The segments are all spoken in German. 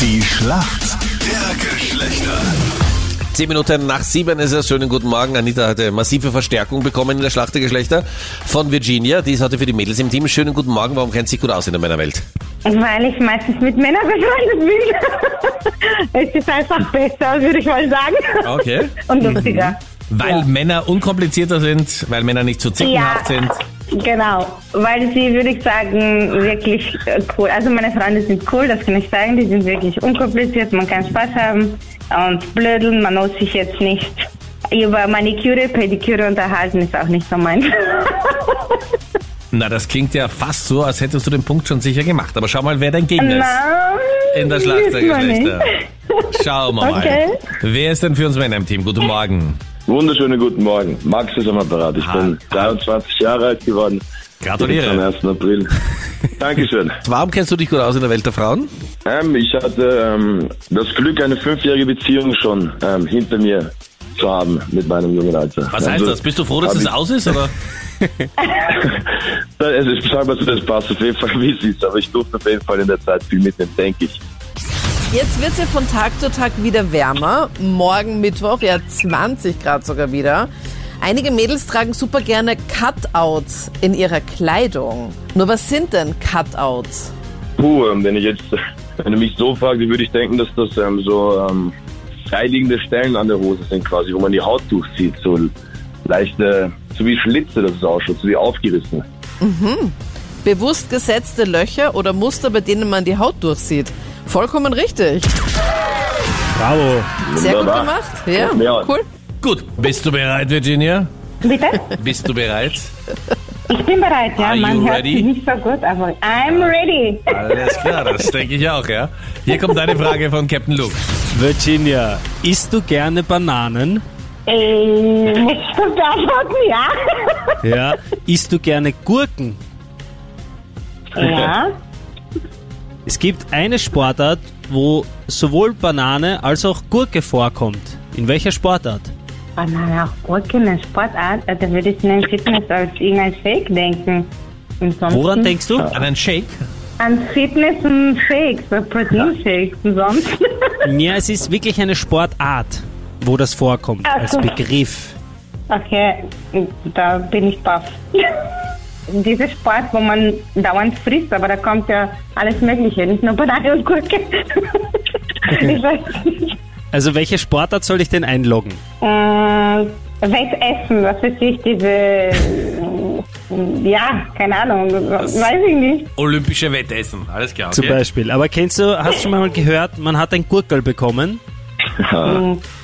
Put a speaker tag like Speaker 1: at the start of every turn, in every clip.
Speaker 1: Die Schlacht der Geschlechter.
Speaker 2: Zehn Minuten nach sieben ist es. Schönen guten Morgen. Anita hatte massive Verstärkung bekommen in der Schlacht der Geschlechter von Virginia. Die ist heute für die Mädels im Team. Schönen guten Morgen. Warum kennt sie sich gut aus in der Männerwelt?
Speaker 3: Also Weil ich meistens mit Männern befreundet bin. es ist einfach besser, würde ich mal sagen.
Speaker 2: Okay.
Speaker 3: Und lustiger.
Speaker 4: Weil Männer unkomplizierter sind, weil Männer nicht so zickenhaft sind.
Speaker 3: Genau. Weil sie, würde ich sagen, wirklich äh, cool. Also meine Freunde sind cool, das kann ich sagen. Die sind wirklich unkompliziert, man kann Spaß haben und blödeln. Man muss sich jetzt nicht über Maniküre, Pediküre unterhalten, ist auch nicht so meins.
Speaker 4: Na, das klingt ja fast so, als hättest du den Punkt schon sicher gemacht. Aber schau mal, wer dein Gegner ist. In der Schlacht der Geschlechter. Schauen wir mal.
Speaker 3: Okay.
Speaker 4: Wer ist denn für uns Männer im Team? Guten Morgen.
Speaker 5: Wunderschönen guten Morgen. Max ist am Apparat. Ich
Speaker 4: Ha-
Speaker 5: bin 23 Jahre alt geworden. Am
Speaker 4: Ah. Gratuliere.
Speaker 5: 1. April. Dankeschön.
Speaker 2: Warum kennst du dich gut aus in der Welt der Frauen?
Speaker 5: Ähm, ich hatte ähm, das Glück, eine fünfjährige Beziehung schon ähm, hinter mir zu haben mit meinem jungen Alter.
Speaker 4: Was heißt
Speaker 5: Also,
Speaker 4: das? Bist du froh, dass
Speaker 5: hab
Speaker 4: es
Speaker 5: ich- Äh,
Speaker 4: aus ist? Oder?
Speaker 5: Es ist scheinbar so, das passt auf jeden Fall, wie es ist. Aber ich durfte auf jeden Fall in der Zeit viel mitnehmen, denke ich.
Speaker 6: Jetzt wird es ja von Tag zu Tag wieder wärmer. Morgen Mittwoch ja 20 Grad sogar wieder. Einige Mädels tragen super gerne Cutouts in ihrer Kleidung. Nur was sind denn Cutouts?
Speaker 5: Puh, ähm, wenn ich jetzt, wenn du mich so fragst, würde ich denken, dass das ähm, so ähm, freiliegende Stellen an der Hose sind quasi, wo man die Haut durchzieht, so leichte, so wie Schlitze, das es ausschaut, so wie aufgerissen.
Speaker 6: Bewusst gesetzte Löcher oder Muster, bei denen man die Haut durchsieht. Vollkommen richtig.
Speaker 4: Bravo.
Speaker 6: Sehr gut
Speaker 5: Wunderbar.
Speaker 6: gemacht. Ja,
Speaker 5: Ja.
Speaker 6: cool.
Speaker 4: Gut, bist du bereit, Virginia?
Speaker 3: Bitte?
Speaker 4: Bist du bereit?
Speaker 3: Ich bin bereit, ja.
Speaker 4: Are you
Speaker 3: man hört
Speaker 4: ready?
Speaker 3: mich nicht so gut, aber I'm ready.
Speaker 4: Alles klar, das denke ich auch, ja. Hier kommt eine Frage von Captain Luke.
Speaker 7: Virginia, isst du gerne Bananen?
Speaker 3: Äh, muss ich das beantworten, ja?
Speaker 7: Ja. Isst du gerne Gurken?
Speaker 3: ja.
Speaker 7: Es gibt eine Sportart, wo sowohl Banane als auch Gurke vorkommt. In welcher Sportart?
Speaker 3: Banane auch Gurken, eine Sportart, äh, da würde ich einen Fitness als irgendein Shake denken. Ansonsten
Speaker 7: Woran denkst du?
Speaker 4: An einen Shake?
Speaker 3: An Fitness und Shakes, so Proteinshakes und sonst.
Speaker 7: Ja, es ist wirklich eine Sportart, wo das vorkommt,
Speaker 3: Ach
Speaker 7: als
Speaker 3: so.
Speaker 7: Begriff.
Speaker 3: Okay, da bin ich baff. Dieser Sport, wo man dauernd frisst, aber da kommt ja alles Mögliche, nicht nur Banane und Gurke. ich weiß nicht.
Speaker 7: Also welche Sportart soll ich denn einloggen?
Speaker 3: Äh, Wettessen, was ist ich, diese. äh, Ja, keine Ahnung, weiß ich nicht.
Speaker 4: Olympische Wettessen. Alles klar,
Speaker 7: Zum
Speaker 4: okay.
Speaker 7: Beispiel. Aber kennst du, hast du schon mal gehört, man hat ein Gurkel bekommen?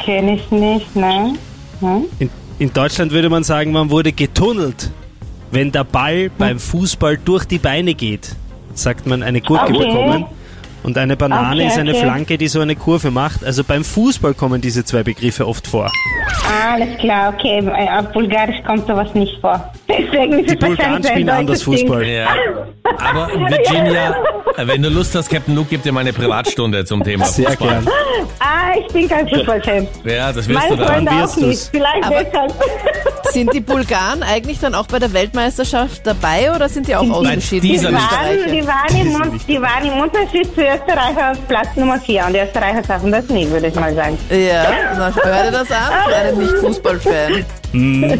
Speaker 3: Kenne ich nicht, ne? Hm?
Speaker 7: In, in Deutschland würde man sagen, man wurde getunnelt. Wenn der
Speaker 3: Hm.
Speaker 7: Ball beim Fußball durch die Beine geht, sagt man eine Gurke
Speaker 3: Okay.
Speaker 7: bekommen. Und eine Banane
Speaker 3: Okay,
Speaker 7: ist eine
Speaker 3: okay.
Speaker 7: Flanke, die so eine Kurve macht. Also beim Fußball kommen diese zwei Begriffe oft vor.
Speaker 3: Alles klar, okay. äh, Auf Bulgarisch kommt sowas nicht vor. Deswegen ist
Speaker 7: Die
Speaker 3: es wahrscheinlich
Speaker 7: Bulgaren
Speaker 3: so ein
Speaker 7: spielen anders
Speaker 3: deutsches Ding.
Speaker 7: Fußball.
Speaker 4: Ja. Aber Virginia, wenn du Lust hast, Captain Luke gibt dir mal eine Privatstunde zum Thema
Speaker 7: Sehr
Speaker 4: Fußball.
Speaker 7: gern.
Speaker 3: Ah, ich bin kein Fußballfan.
Speaker 4: Ja, das wirst du
Speaker 3: Meine
Speaker 4: dann.
Speaker 3: Freunde
Speaker 7: Dann
Speaker 3: auch
Speaker 7: wirst du's.
Speaker 3: nicht. Vielleicht
Speaker 6: Aber-
Speaker 3: deshalb.
Speaker 6: Sind die Bulgaren eigentlich dann auch bei der Weltmeisterschaft dabei oder sind die auch ausgeschieden?
Speaker 4: dieser
Speaker 3: Die
Speaker 4: nicht.
Speaker 3: waren,
Speaker 6: Österreicher?
Speaker 3: die, waren im, Un- die waren im Unterschied zu Österreicher auf Platz Nummer 4 und die Österreicher schaffen das nie, würde ich mal sagen.
Speaker 6: Ja, na, hör dir das an, für einen Nicht-Fußball-Fan.
Speaker 3: Ja.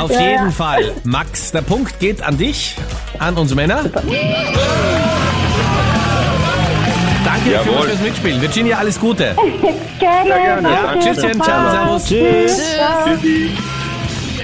Speaker 4: Auf
Speaker 3: Ja, ja.
Speaker 4: jeden Fall. Max, der Punkt geht an dich, an uns Männer. Danke dir
Speaker 5: Jawohl.
Speaker 4: vielmals fürs Mitspielen. Virginia, alles Gute.
Speaker 3: Gerne.
Speaker 5: gerne.
Speaker 3: danke.
Speaker 4: Tschüsschen, ciao, servus.
Speaker 7: Tschüss.
Speaker 6: Tschüss.
Speaker 5: Tschüssi.